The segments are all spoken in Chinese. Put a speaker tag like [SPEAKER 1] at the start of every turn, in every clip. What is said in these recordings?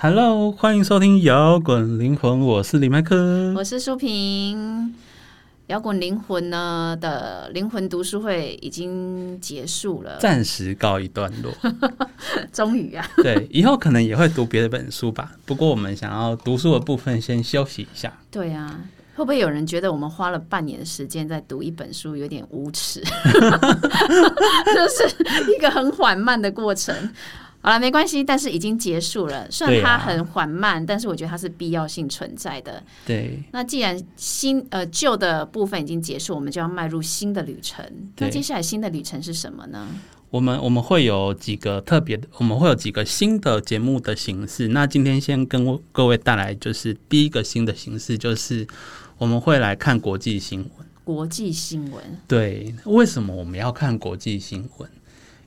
[SPEAKER 1] Hello，欢迎收听摇滚灵魂，我是李麦克。
[SPEAKER 2] 我是舒平。摇滚灵魂呢的灵魂读书会已经结束了，
[SPEAKER 1] 暂时告一段落，
[SPEAKER 2] 终于啊，
[SPEAKER 1] 对， 以后可能也会读别的本书吧。不过我们想要读书的部分先休息一下，
[SPEAKER 2] 对啊，会不会有人觉得我们花了半年的时间在读一本书有点无耻？ 就是一个很缓慢的过程。好了，没关系，但是已经结束了。虽然
[SPEAKER 1] 对啊
[SPEAKER 2] 它很缓慢，但是我觉得它是必要性存在的。
[SPEAKER 1] 对，
[SPEAKER 2] 那既然新呃旧的部分已经结束，我们就要迈入新的旅程。那
[SPEAKER 1] 对
[SPEAKER 2] 接下来新的旅程是什么呢？
[SPEAKER 1] 我们我们会有几个特别的，我们会有几个新的节目的形式。那今天先跟我各位带来，就是第一个新的形式，就是我们会来看国际新闻。
[SPEAKER 2] 国际新闻。
[SPEAKER 1] 对，为什么我们要看国际新闻？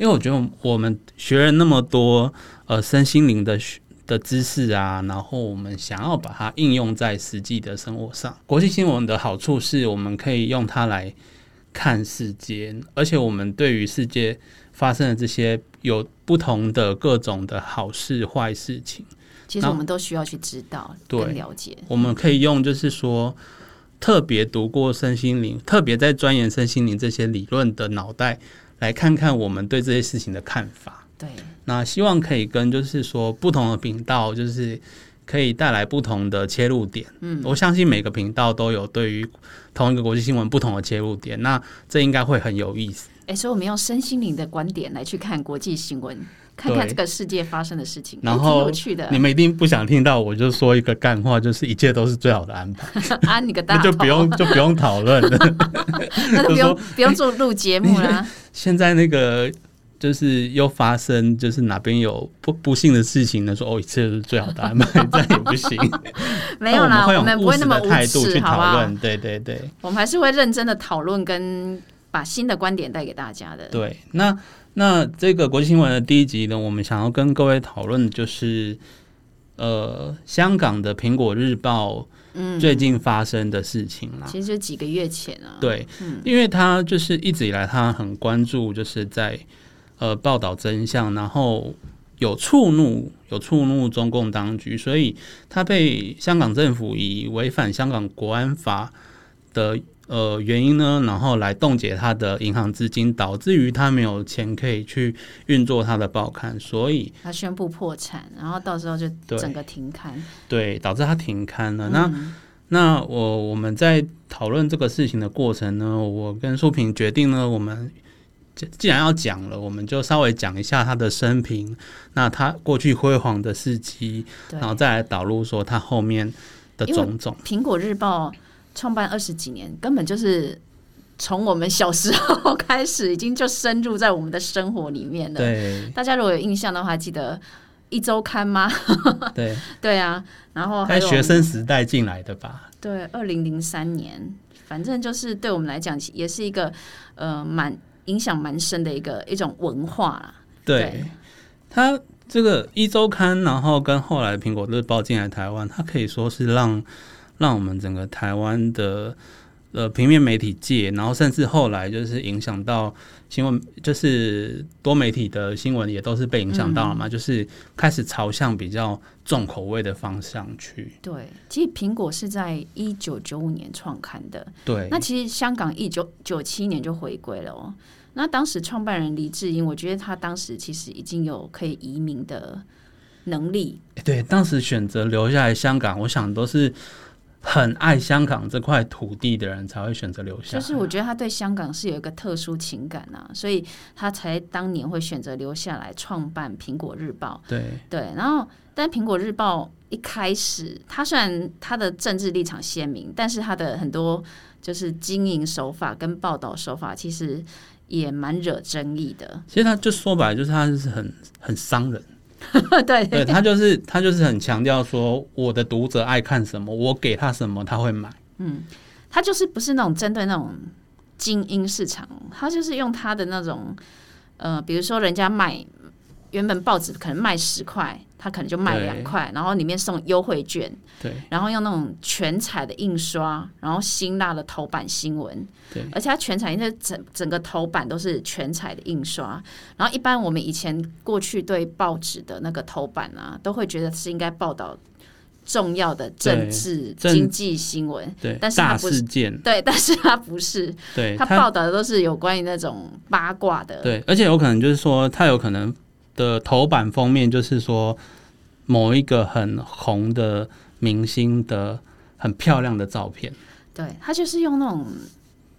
[SPEAKER 1] 因为我觉得我们学了那么多呃身心灵的学的知识啊，然后我们想要把它应用在实际的生活上。国际新闻的好处是我们可以用它来看世界，而且我们对于世界发生的这些有不同的各种的好事坏事情。
[SPEAKER 2] 其实我们都需要去知道
[SPEAKER 1] 对
[SPEAKER 2] 跟了解。
[SPEAKER 1] 我们可以用就是说，特别读过身心灵，特别在钻研身心灵这些理论的脑袋，来看看我们对这些事情的看法。
[SPEAKER 2] 对，
[SPEAKER 1] 那希望可以跟就是说不同的频道，就是可以带来不同的切入点。嗯，我相信每个频道都有对于同一个国际新闻不同的切入点，那这应该会很有意思。
[SPEAKER 2] 哎，所以我们用身心灵的观点来去看国际新闻，看看
[SPEAKER 1] 对
[SPEAKER 2] 这个世界发生的事情，
[SPEAKER 1] 然
[SPEAKER 2] 诶
[SPEAKER 1] 后
[SPEAKER 2] 挺有趣的
[SPEAKER 1] 你。们一定不想听到，我就说一个干话，就是一切都是最好的安排，
[SPEAKER 2] 啊，你个大
[SPEAKER 1] 那就
[SPEAKER 2] 头，
[SPEAKER 1] 不用就不用讨论了。
[SPEAKER 2] 那就不
[SPEAKER 1] 就
[SPEAKER 2] 用不用做录节目啦。
[SPEAKER 1] 现在那个就是又发生，就是哪边有不不幸的事情呢？说哦，一切都是最好的安排， 这样也不行。
[SPEAKER 2] 没有啦，
[SPEAKER 1] 但
[SPEAKER 2] 我
[SPEAKER 1] 我们会
[SPEAKER 2] 们
[SPEAKER 1] 用
[SPEAKER 2] 不
[SPEAKER 1] 务
[SPEAKER 2] 会
[SPEAKER 1] 实
[SPEAKER 2] 那么
[SPEAKER 1] 的
[SPEAKER 2] 无
[SPEAKER 1] 态度去
[SPEAKER 2] 耻，好不
[SPEAKER 1] 讨
[SPEAKER 2] 好
[SPEAKER 1] 论。？对对对
[SPEAKER 2] 我们还是会认真的讨论跟把新的观点带给大家的。
[SPEAKER 1] 对。那那这个国际新闻的第一集呢，我们想要跟各位讨论就是。呃，香港的《苹果日报》
[SPEAKER 2] 嗯，
[SPEAKER 1] 最近发生的事情啦，
[SPEAKER 2] 其实就几个月前啊。
[SPEAKER 1] 对，因为他就是一直以来他很关注，就是在呃报道真相，然后有触怒有触怒中共当局，所以他被香港政府以违反香港国安法的呃原因呢，然后来冻结他的银行资金，导致于他没有钱可以去运作他的报刊，所以
[SPEAKER 2] 他宣布破产，然后到时候就
[SPEAKER 1] 对
[SPEAKER 2] 整个停刊。
[SPEAKER 1] 对导致他停刊了。那
[SPEAKER 2] 嗯
[SPEAKER 1] 那我我们在讨论这个事情的过程呢，我跟淑萍决定呢，我们既既然要讲了，我们就稍微讲一下他的生平，那他过去辉煌的事迹，
[SPEAKER 2] 对
[SPEAKER 1] 然，后再来导入说他后面的种种。
[SPEAKER 2] 苹果日报创办二十几年，根本就是从我们小时候开始，已经就深入在我们的生活里面了。
[SPEAKER 1] 对
[SPEAKER 2] 大家如果有印象的话，记得一周刊吗？
[SPEAKER 1] 对，
[SPEAKER 2] 对啊，然后还
[SPEAKER 1] 在
[SPEAKER 2] 有
[SPEAKER 1] 学生时代进来的吧？
[SPEAKER 2] 对二零零三年，反正就是对我们来讲，也是一个呃蛮影响蛮深的一个一种文化啦。
[SPEAKER 1] 对，他这个一周刊，然后跟后来的苹果日报进来台湾，它可以说是让让我们整个台湾的呃平面媒体界，然后甚至后来就是影响到新闻，就是多媒体的新闻也都是被影响到了
[SPEAKER 2] 嗯
[SPEAKER 1] 嘛，就是开始朝向比较重口味的方向去。
[SPEAKER 2] 对，其实苹果是在一九九五年创刊的，
[SPEAKER 1] 对
[SPEAKER 2] 那其实香港一九九七年就回归了哦。那当时创办人黎智英，我觉得他当时其实已经有可以移民的能力，
[SPEAKER 1] 对，当时选择留下来香港，我想都是。很爱香港这块土地的人才会选择留下
[SPEAKER 2] 就
[SPEAKER 1] 来，
[SPEAKER 2] 是我觉得他对香港是有一个特殊情感啊，所以他才当年会选择留下来创办《苹果日报
[SPEAKER 1] 对》。
[SPEAKER 2] 对，然后但《苹果日报》一开始，他虽然他的政治立场鲜明，但是他的很多就是经营手法跟报道手法，其实也蛮惹争议的。
[SPEAKER 1] 其实他就说白了，就是他是很很伤人，
[SPEAKER 2] 对
[SPEAKER 1] 对他就是他就是很强调说我的读者爱看什么，我给他什么他会买，
[SPEAKER 2] 他就是不是那种针对那种哦精英市场，他就是用他的那种呃，比如说人家卖原本报纸可能卖十块，它可能就卖
[SPEAKER 1] 对
[SPEAKER 2] 两块，然后里面送优惠券，
[SPEAKER 1] 对
[SPEAKER 2] 然后用那种全彩的印刷，然后辛辣的头版新闻，
[SPEAKER 1] 对，
[SPEAKER 2] 而且它全彩，因为整整个头版都是全彩的印刷。然后一般我们以前过去对报纸的那个头版啊，都会觉得是应该报道重要的政
[SPEAKER 1] 对
[SPEAKER 2] 治、
[SPEAKER 1] 政
[SPEAKER 2] 经济新闻，
[SPEAKER 1] 对，
[SPEAKER 2] 但是它
[SPEAKER 1] 大
[SPEAKER 2] 不
[SPEAKER 1] 事件，
[SPEAKER 2] 对，但是它不是，
[SPEAKER 1] 对
[SPEAKER 2] 它报道的都是有关于那种八卦的，
[SPEAKER 1] 对，而且有可能就是说，它有可能的头版封面就是说某一个很红的明星的很漂亮的照片，
[SPEAKER 2] 对，他就是用那种，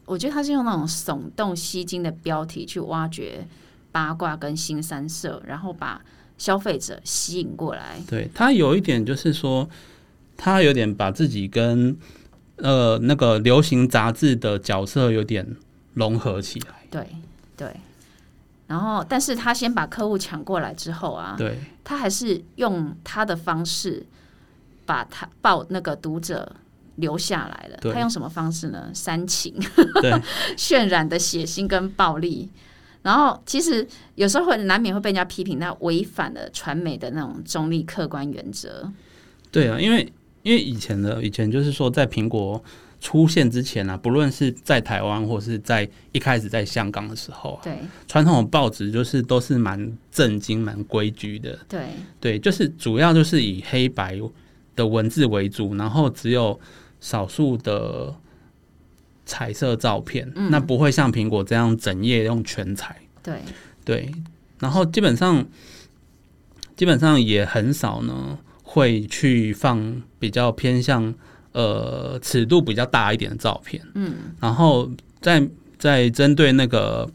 [SPEAKER 2] 我觉得他是用那种耸动吸睛的标题去挖掘八卦跟新三色，然后把消费者吸引过来。
[SPEAKER 1] 对，它有一点就是说，它有点把自己跟呃那个流行杂志的角色有点融合起来，
[SPEAKER 2] 对对，然后但是他先把客户抢过来之后啊，
[SPEAKER 1] 对
[SPEAKER 2] 他还是用他的方式把他报那个读者。留下来了，
[SPEAKER 1] 对
[SPEAKER 2] 他用什么方式呢？煽情，
[SPEAKER 1] 对
[SPEAKER 2] 渲染的血腥跟暴力。然后其实有时候会难免会被人家批评，那违反了传媒的那种中立客观原则。
[SPEAKER 1] 对啊，因为因为以前的以前就是说，在苹果出现之前啊，不论是在台湾或是在一开始在香港的时候啊，
[SPEAKER 2] 对
[SPEAKER 1] 传统的报纸就是都是蛮正经、蛮规矩的，
[SPEAKER 2] 对
[SPEAKER 1] 对，就是主要就是以黑白的文字为主，然后只有少数的彩色照片，那不会像苹果这样整页用全彩。
[SPEAKER 2] 对
[SPEAKER 1] 对，然后基本上基本上也很少呢会去放比较偏向呃尺度比较大一点的照片，嗯，然后在在针对那个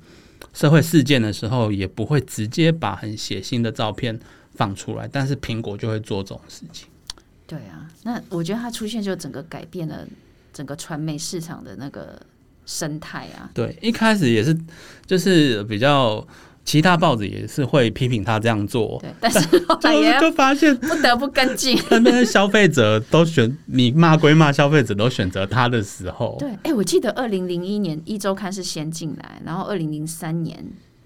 [SPEAKER 1] 社会事件的时候，也不会直接把很血腥的照片放出来，但是苹果就会做这种事情。
[SPEAKER 2] 对啊！那我觉得它出现就整个改变了整个传媒市场的那个生态啊。
[SPEAKER 1] 对，一开始也是就是比较。其他报纸也是会批评他这样做，
[SPEAKER 2] 哦对，但是 后来也
[SPEAKER 1] 就就发现
[SPEAKER 2] 不得不跟进。
[SPEAKER 1] 那边消费者都选你骂归骂，消费者都选择他的时候，
[SPEAKER 2] 对，哎、我记得二零零一年《一周刊》是先进来，然后二零零三年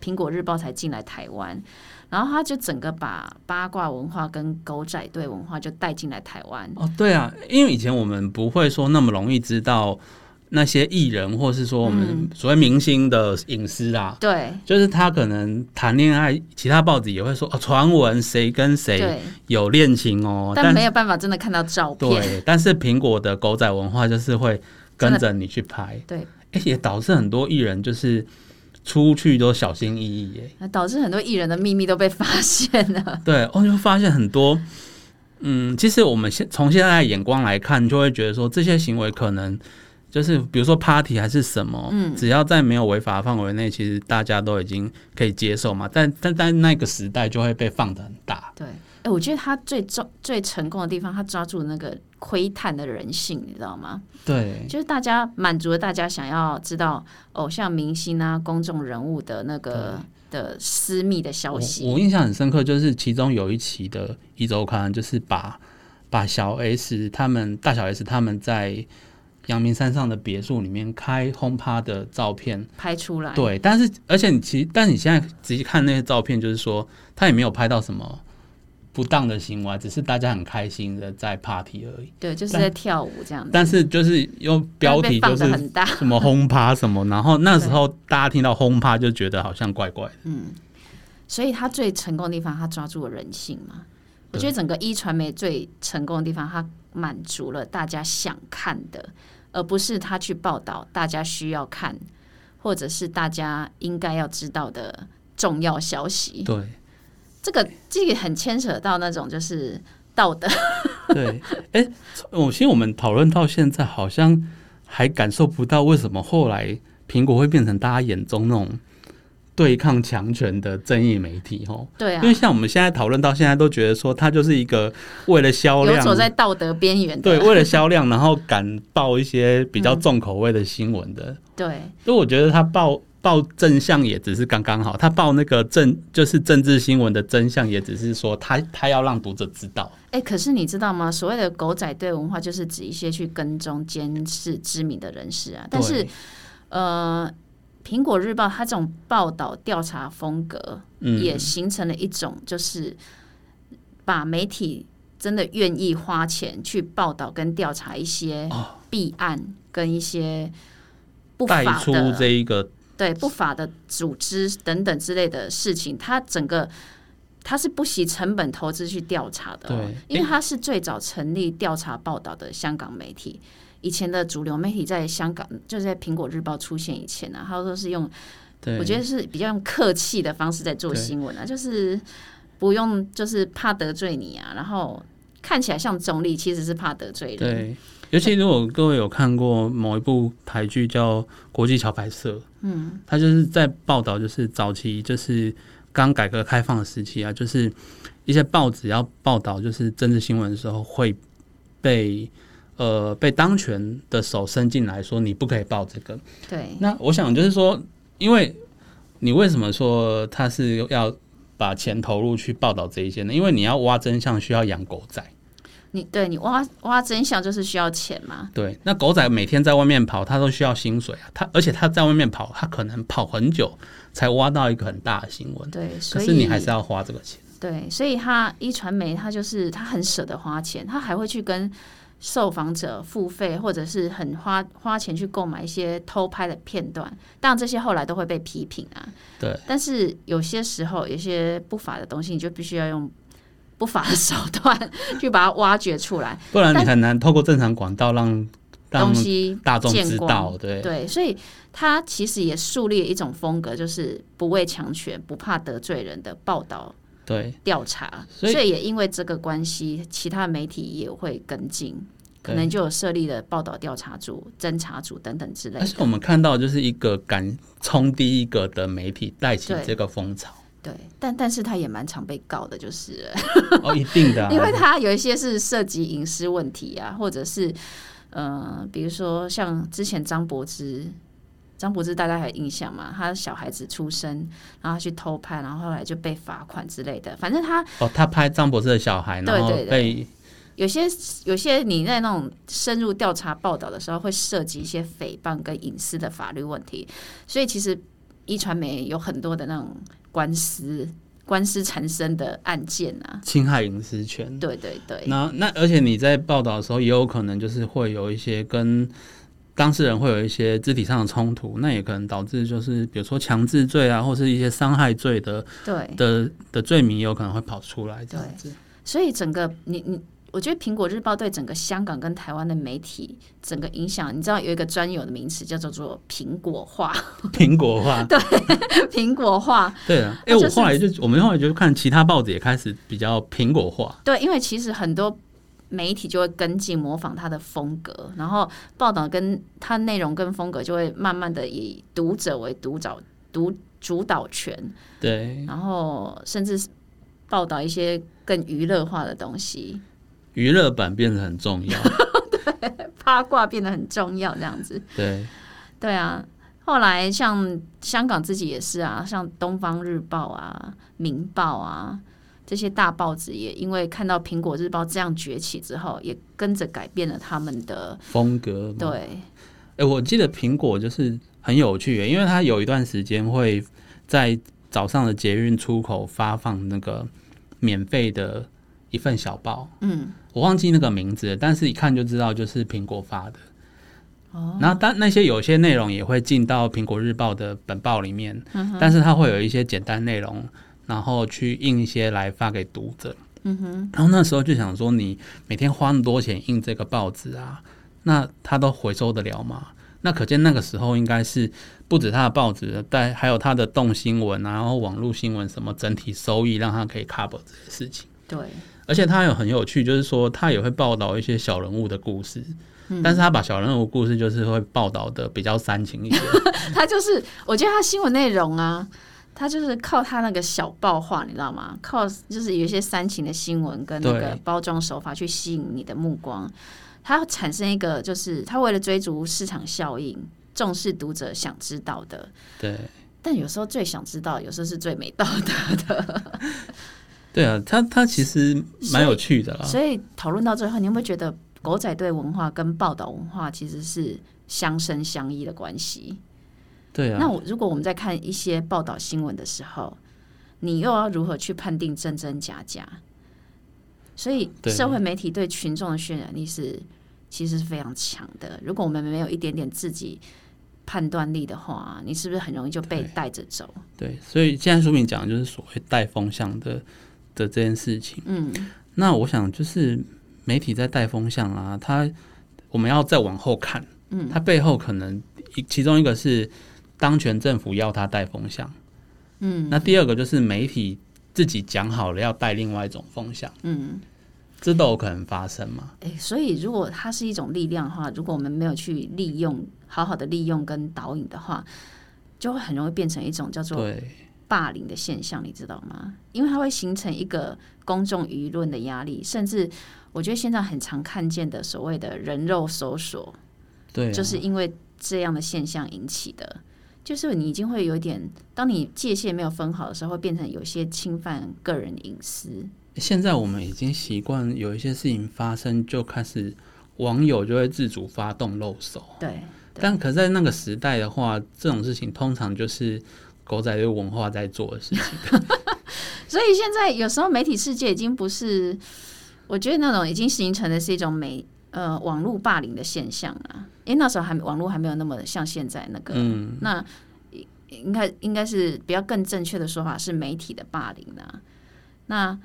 [SPEAKER 2] 《苹果日报》才进来台湾，然后他就整个把八卦文化跟狗仔队文化就带进来台湾。
[SPEAKER 1] 哦，对啊，因为以前我们不会说那么容易知道那些艺人，或是说我
[SPEAKER 2] 嗯
[SPEAKER 1] 们所谓明星的隐私啊，
[SPEAKER 2] 对
[SPEAKER 1] 就是他可能谈恋爱，其他报纸也会说哦，传闻谁跟谁
[SPEAKER 2] 对，
[SPEAKER 1] 有恋情哦，
[SPEAKER 2] 但
[SPEAKER 1] 但
[SPEAKER 2] 没有办法真的看到照片。
[SPEAKER 1] 对， 但是苹果的狗仔文化就是会跟着你去拍，
[SPEAKER 2] 对，
[SPEAKER 1] 哎，也导致很多艺人就是出去都小心翼翼耶。
[SPEAKER 2] 那导致很多艺人的秘密都被发现了。
[SPEAKER 1] 对，我就发现很多，嗯，其实我们现从现在的眼光来看，就会觉得说这些行为可能就是比如说 party 还是什么，嗯，只要在没有违法范围内，其实大家都已经可以接受嘛。但但在那个时代就会被放得很大，
[SPEAKER 2] 对，哎、我觉得他最重最成功的地方，他抓住那个窥探的人性，你知道吗？
[SPEAKER 1] 对
[SPEAKER 2] 就是大家满足了大家想要知道偶像明星啊、公众人物的那个的私密的消
[SPEAKER 1] 我
[SPEAKER 2] 息。
[SPEAKER 1] 我印象很深刻，就是其中有一期的一周刊，就是把把小 S 他们大小 S 他们在阳明山上的别墅里面开轰趴的照片。
[SPEAKER 2] 拍出来，
[SPEAKER 1] 对，但是而且你其实，但你现在仔细看那些照片，就是说他也没有拍到什么不当的行为，只是大家很开心的在 party 而已。
[SPEAKER 2] 对，就是
[SPEAKER 1] 但
[SPEAKER 2] 在跳舞这样子。
[SPEAKER 1] 但是就是用标
[SPEAKER 2] 但是
[SPEAKER 1] 题
[SPEAKER 2] 嗯被放
[SPEAKER 1] 就
[SPEAKER 2] 的
[SPEAKER 1] 是
[SPEAKER 2] 很大，
[SPEAKER 1] 什么轰趴什么，然后那时候大家听到轰趴就觉得好像怪怪的。
[SPEAKER 2] 所以他最成功的地方，他抓住了人性嘛。我
[SPEAKER 1] 对
[SPEAKER 2] 觉得整个一传媒最成功的地方，它满足了大家想看的，而不是他去报道大家需要看，或者是大家应该要知道的重要消息。
[SPEAKER 1] 对
[SPEAKER 2] 这个这个很牵扯到那种就是道德，
[SPEAKER 1] 对，哎、我其实我们讨论到现在，好像还感受不到为什么后来苹果会变成大家眼中那种对抗强权的正义媒体哦。
[SPEAKER 2] 对啊
[SPEAKER 1] 因，为像我们现在讨论到现在，都觉得说它就是一个为了销
[SPEAKER 2] 游
[SPEAKER 1] 量，
[SPEAKER 2] 走在道德边缘
[SPEAKER 1] 对，
[SPEAKER 2] 的。
[SPEAKER 1] 为了销量，然后敢报一些比较重口味的新闻的。
[SPEAKER 2] 对
[SPEAKER 1] 所以我觉得他报报正向也只是刚刚好，他报那个政就是政治新闻的真相，也只是说他他要让读者知道。
[SPEAKER 2] 哎、可是你知道吗？所谓的狗仔队文化，就是指一些去跟踪、监视知名的人士啊，但是
[SPEAKER 1] 对
[SPEAKER 2] 呃，苹果日报它这种报道调查风格，
[SPEAKER 1] 嗯
[SPEAKER 2] 也形成了一种就是把媒体真的愿意花钱去报道跟调查一些
[SPEAKER 1] 哦
[SPEAKER 2] 弊案跟一些不
[SPEAKER 1] 带
[SPEAKER 2] 法
[SPEAKER 1] 出
[SPEAKER 2] 的
[SPEAKER 1] 这一个
[SPEAKER 2] 对不法的组织等等之类的事情，它整个它是不惜成本投资去调查的、哦
[SPEAKER 1] 对，
[SPEAKER 2] 因为它是最早成立调查报道的香港媒体。以前的主流媒体在香港，就是在《苹果日报》出现以前呢、啊，它都是用
[SPEAKER 1] 对，
[SPEAKER 2] 我觉得是比较用客气的方式在做
[SPEAKER 1] 对
[SPEAKER 2] 新闻啊，就是不用就是怕得罪你啊，然后看起来像中立，其实是怕得罪人。
[SPEAKER 1] 对，尤其如果各位有看过某一部台剧叫《国际桥牌社》，嗯，它就是在报道，就是早期就是刚改革开放的时期啊，就是一些报纸要报道就是政治新闻的时候，会被呃被当权的手伸进来说你不可以报这个。
[SPEAKER 2] 对
[SPEAKER 1] 那我想就是说，因为你为什么说他是要把钱投入去报道这一些呢？因为你要挖真相需要养狗仔。
[SPEAKER 2] 你对你挖挖真相就是需要钱嘛，
[SPEAKER 1] 对，那狗仔每天在外面跑，它都需要薪水啊。它而且它在外面跑，它可能跑很久才挖到一个很大的新闻，
[SPEAKER 2] 对，
[SPEAKER 1] 可
[SPEAKER 2] 所
[SPEAKER 1] 是
[SPEAKER 2] 以
[SPEAKER 1] 你还是要花这个钱。
[SPEAKER 2] 对，所以他一传媒他就是他很舍得花钱，他还会去跟受访者付费，或者是很花花钱去购买一些偷拍的片段。当然这些后来都会被批评啊，
[SPEAKER 1] 对，
[SPEAKER 2] 但是有些时候，有些不法的东西，你就必须要用不法的手段去把它挖掘出 来，
[SPEAKER 1] 不然你很难透过正常管道让让
[SPEAKER 2] 东西
[SPEAKER 1] 大众
[SPEAKER 2] 见
[SPEAKER 1] 知
[SPEAKER 2] 光
[SPEAKER 1] 道。。对，
[SPEAKER 2] 对，所以他其实也树立了一种风格，就是不畏强权、不怕得罪人的报道
[SPEAKER 1] 对，
[SPEAKER 2] 调查。
[SPEAKER 1] 所以
[SPEAKER 2] 也因为这个关系，其他媒体也会跟进，可
[SPEAKER 1] 对
[SPEAKER 2] 能就有设立了报道调查组、侦查组等等之类
[SPEAKER 1] 而且
[SPEAKER 2] 的。
[SPEAKER 1] 我们看到就是一个敢冲第一个的媒体带起
[SPEAKER 2] 对
[SPEAKER 1] 这个风 潮，
[SPEAKER 2] 对，但但是他也蛮常被告的，就是了
[SPEAKER 1] 哦，一定的、
[SPEAKER 2] 因为
[SPEAKER 1] 啊，
[SPEAKER 2] 它有一些是涉及隐私问题啊，或者是呃，比如说像之前张柏芝，张柏芝大家还有印象嘛？他小孩子出生，然后他去偷拍，然后后来就被罚款之类的。反正他
[SPEAKER 1] 哦，他拍张博士的小孩，然后
[SPEAKER 2] 对对
[SPEAKER 1] 被
[SPEAKER 2] 有些有些你在那种深入调查报道的时候，会涉及一些诽谤跟隐私的法律问题，所以其实一传媒有很多的那种官司。官司缠身的案件啊，
[SPEAKER 1] 侵害隐私权。
[SPEAKER 2] 对对对，
[SPEAKER 1] 那那而且你在报道的时候，也有可能就是会有一些跟当事人会有一些肢体上的冲突，那也可能导致就是比如说强制罪啊，或是一些伤害罪的
[SPEAKER 2] 对，
[SPEAKER 1] 的的罪名，也有可能会跑出来这样子。
[SPEAKER 2] 所以整个你你，我觉得《苹果日报》对整个香港跟台湾的媒体整个影响，你知道有一个专有的名词叫做做“苹果化
[SPEAKER 1] 苹果化，对”，
[SPEAKER 2] 苹果化。
[SPEAKER 1] 对啊，哎、
[SPEAKER 2] 那就
[SPEAKER 1] 我
[SPEAKER 2] 是
[SPEAKER 1] 后来就我们后来就看其他报纸也开始比较苹果化，
[SPEAKER 2] 对，因为其实很多媒体就会跟进模仿它的风格，然后报道跟它内容跟风格就会慢慢的以读者为主导读主导权，
[SPEAKER 1] 对，
[SPEAKER 2] 然后甚至是报道一些更娱乐化的东西，
[SPEAKER 1] 娱乐版变得很重要，
[SPEAKER 2] 八卦变得很重要，这样子。
[SPEAKER 1] 对，
[SPEAKER 2] 对啊，后来像香港自己也是啊，像《东方日报》啊、《明报》啊这些大报纸，也因为看到《苹果日报》这样崛起之后，也跟着改变了他们的
[SPEAKER 1] 风格嘛
[SPEAKER 2] 对
[SPEAKER 1] 哎、我记得苹果就是很有趣耶，因为它有一段时间会在早上的捷运出口发放那个免费的一份小报，
[SPEAKER 2] 嗯，
[SPEAKER 1] 我忘记那个名字了，但是一看就知道就是苹果发的。哦，然后但那些有些内容也会进到苹果日报的本报里面，但是它会有一些简单内容，然后去印一些来发给读者。嗯哼，然后那时候就想说，你每天花那么多钱印这个报纸啊，那它都回收得了吗？那可见那个时候应该是不止它的报纸，但还有它的动新闻啊，然后网络新闻什么整体收益，让它可以 cover 这些事情。
[SPEAKER 2] 对
[SPEAKER 1] 而且他有很有趣，就是说他也会报道一些小人物的故事，但是他把小人物故事就是会报道的比较煽情一点。
[SPEAKER 2] 他就是，我觉得他新闻内容啊，他就是靠他那个小爆话，你知道吗？靠就是有一些煽情的新闻跟那个
[SPEAKER 1] 对
[SPEAKER 2] 包装手法去吸引你的目光，他产生一个就是他为了追逐市场效应，重视读者想知道的，
[SPEAKER 1] 对
[SPEAKER 2] 但有时候最想知道，有时候是最没道德的。
[SPEAKER 1] 对啊，他他其实蛮有趣的啦。
[SPEAKER 2] 所以讨论到最后，你有没有觉得狗仔队文化跟报道文化其实是相生相依的关系？
[SPEAKER 1] 对啊，
[SPEAKER 2] 那我如果我们在看一些报道新闻的时候，你又要如何去判定真真假假？所以
[SPEAKER 1] 对
[SPEAKER 2] 社会媒体对群众的渲染力是其实是非常强的。如果我们没有一点点自己判断力的话，你是不是很容易就被
[SPEAKER 1] 对
[SPEAKER 2] 带着走？
[SPEAKER 1] 对，所以现在书敏讲的就是所谓带风向的的这件事情。
[SPEAKER 2] 嗯，
[SPEAKER 1] 那我想就是媒体在带风向啊，它我们要再往后看，嗯，它背后可能一其中一个是当权政府要它带风向，嗯，那第二个就是媒体自己讲好了要带另外一种风向，嗯，这都有可能发生嘛，
[SPEAKER 2] 诶，所以如果它是一种力量的话，如果我们没有去利用好好的利用跟导引的话，就会很容易变成一种叫做
[SPEAKER 1] 对
[SPEAKER 2] 霸凌的现象，你知道吗？因为它会形成一个公众舆论的压力，甚至我觉得现在很常看见的所谓的人肉搜索，
[SPEAKER 1] 对啊、
[SPEAKER 2] 就是因为这样的现象引起的。就是你已经会有一点，当你界限没有分好的时候，会变成有些侵犯个人隐私。
[SPEAKER 1] 现在我们已经习惯有一些事情发生就开始网友就会自主发动漏手。
[SPEAKER 2] 对，对
[SPEAKER 1] 但可在那个时代的话，这种事情通常就是狗仔队文化在做的事情。
[SPEAKER 2] 所以现在有时候媒体世界已经不是，我觉得那种已经形成的是一种媒呃网络霸凌的现象啊。因为那时候还网络还没有那么像现在那个，
[SPEAKER 1] 嗯，
[SPEAKER 2] 那应应该应该是比较更正确的说法是媒体的霸凌啊。那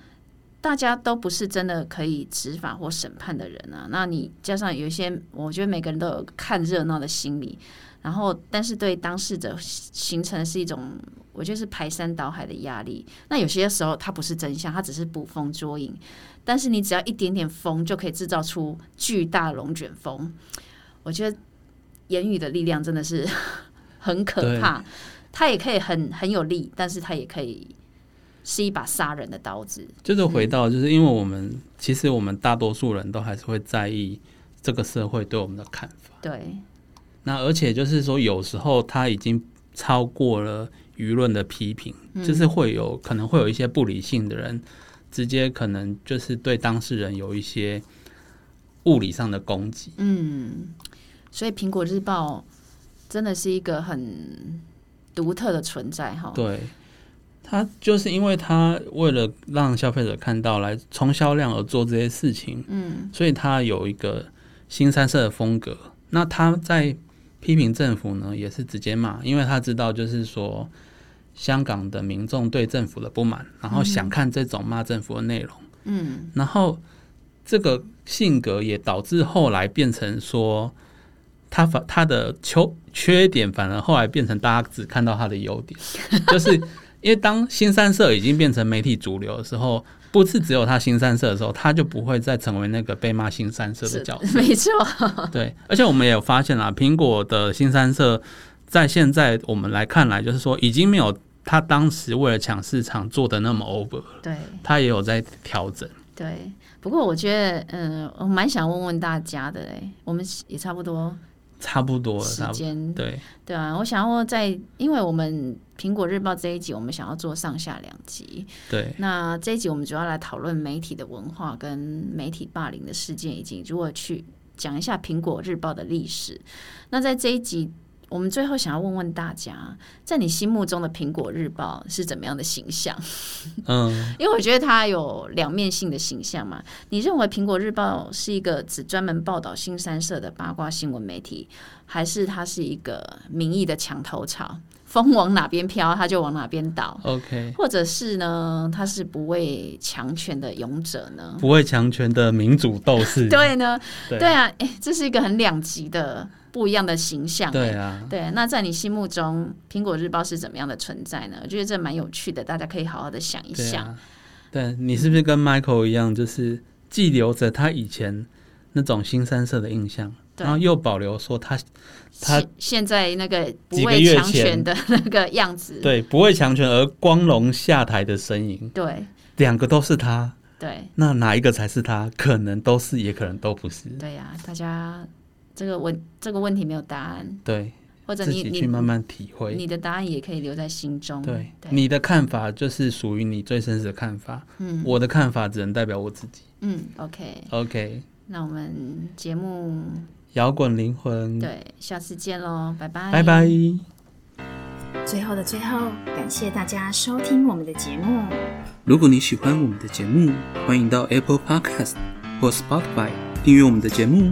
[SPEAKER 2] 大家都不是真的可以执法或审判的人啊。那你加上有一些，我觉得每个人都有看热闹的心理，然后但是对当事者形成的是一种，我觉得是排山倒海的压力。那有些时候它不是真相，它只是捕风捉影，但是你只要一点点风就可以制造出巨大的龙卷风。我觉得言语的力量真的是 很可
[SPEAKER 1] 对
[SPEAKER 2] 怕，它也可以很很有力，但是它也可以是一把杀人的刀子。
[SPEAKER 1] 就是回到，就是因为我们其实我们大多数人都还是会在意这个社会对我们的看法。
[SPEAKER 2] 对，
[SPEAKER 1] 那而且就是说，有时候它已经超过了舆论的批评，就是会有可能会有一些不理性的人，直接可能就是对当事人有一些物理上的攻击。
[SPEAKER 2] 所以《苹果日报》真的是一个很独特的存在哈。
[SPEAKER 1] 对，他就是因为他为了让消费者看到来冲销量而做这些事情，嗯，所以他有一个新三色的风格。那他在批评政府呢，也是直接骂，因为他知道就是说香港的民众对政府的不满，然后想看这种骂政府的内容，嗯，然后这个性格也导致后来变成说。他反他的缺缺点反而后来变成大家只看到他的优点， 就是因为当新三社已经变成媒体主流的时候，不是只有他新三社的时候，他就不会再成为那个被骂新三社的角色。
[SPEAKER 2] 没错，
[SPEAKER 1] 对， 而且我们也有发现啦，苹果的新三社在现在我们来看来，就是说已经没有他当时为了抢市场做的那么 over，了
[SPEAKER 2] 对
[SPEAKER 1] 他也有在调整。
[SPEAKER 2] 对。不过我觉得，嗯、我蛮想问问大家的哎，我们也差不多
[SPEAKER 1] 差不多了，
[SPEAKER 2] 时
[SPEAKER 1] 差不多。
[SPEAKER 2] 间，
[SPEAKER 1] 对
[SPEAKER 2] 对啊，我想要在，因为我们《苹果日报》这一集，我们想要做上下两集。
[SPEAKER 1] 对
[SPEAKER 2] 那这一集我们主要来讨论媒体的文化跟媒体霸凌的事件，以及如何去讲一下《苹果日报》的历史。那在这一集，我们最后想要问问大家，在你心目中的《苹果日报》是怎么样的形象？
[SPEAKER 1] 嗯，
[SPEAKER 2] 因为我觉得它有两面性的形象嘛。你认为《苹果日报》是一个只专门报道新三社的八卦新闻媒体，还是它是一个民意的墙头草，风往哪边飘，它就往哪边倒？
[SPEAKER 1] ，OK，
[SPEAKER 2] 或者是呢，它是不畏强权的勇者呢？
[SPEAKER 1] 不会强权的民主斗士。
[SPEAKER 2] 对呢，
[SPEAKER 1] 对
[SPEAKER 2] 对啊，哎，这是一个很两极的不一样的形象。
[SPEAKER 1] 对啊，
[SPEAKER 2] 对，那在你心目中，《苹果日报》是怎么样的存在呢？我觉得这蛮有趣的，大家可以好好的想一
[SPEAKER 1] 对
[SPEAKER 2] 想。
[SPEAKER 1] 啊、对你是不是跟 Michael 一样，就是既留着他以前那种新三色的印象，
[SPEAKER 2] 对
[SPEAKER 1] 然后又保留说他啊他
[SPEAKER 2] 现现在那个不
[SPEAKER 1] 几个
[SPEAKER 2] 畏
[SPEAKER 1] 月
[SPEAKER 2] 强
[SPEAKER 1] 前
[SPEAKER 2] 权的那个样子，
[SPEAKER 1] 对不畏强权而光荣下台的身影，
[SPEAKER 2] 对
[SPEAKER 1] 两个都是他，
[SPEAKER 2] 对
[SPEAKER 1] 那哪一个才是他？可能都是，也可能都不是。
[SPEAKER 2] 对呀、大家这个问这个问题没有答案，
[SPEAKER 1] 对，
[SPEAKER 2] 或者
[SPEAKER 1] 自
[SPEAKER 2] 你
[SPEAKER 1] 己
[SPEAKER 2] 你
[SPEAKER 1] 去慢慢体会。
[SPEAKER 2] 你的答案也可以留在心中。
[SPEAKER 1] 对，
[SPEAKER 2] 对
[SPEAKER 1] 你的看法就是属于你最真实的看法，
[SPEAKER 2] 嗯
[SPEAKER 1] 我的看法只能代表我自己。
[SPEAKER 2] 嗯，OK，
[SPEAKER 1] OK，
[SPEAKER 2] 那我们节目
[SPEAKER 1] 摇滚灵魂，
[SPEAKER 2] 对下次见喽，拜拜，
[SPEAKER 1] 拜拜。
[SPEAKER 2] 最后的最后，感谢大家收听我们的节目。
[SPEAKER 1] 如果你喜欢我们的节目，欢迎到 Apple Podcast 或 Spotify 订阅我们的节目，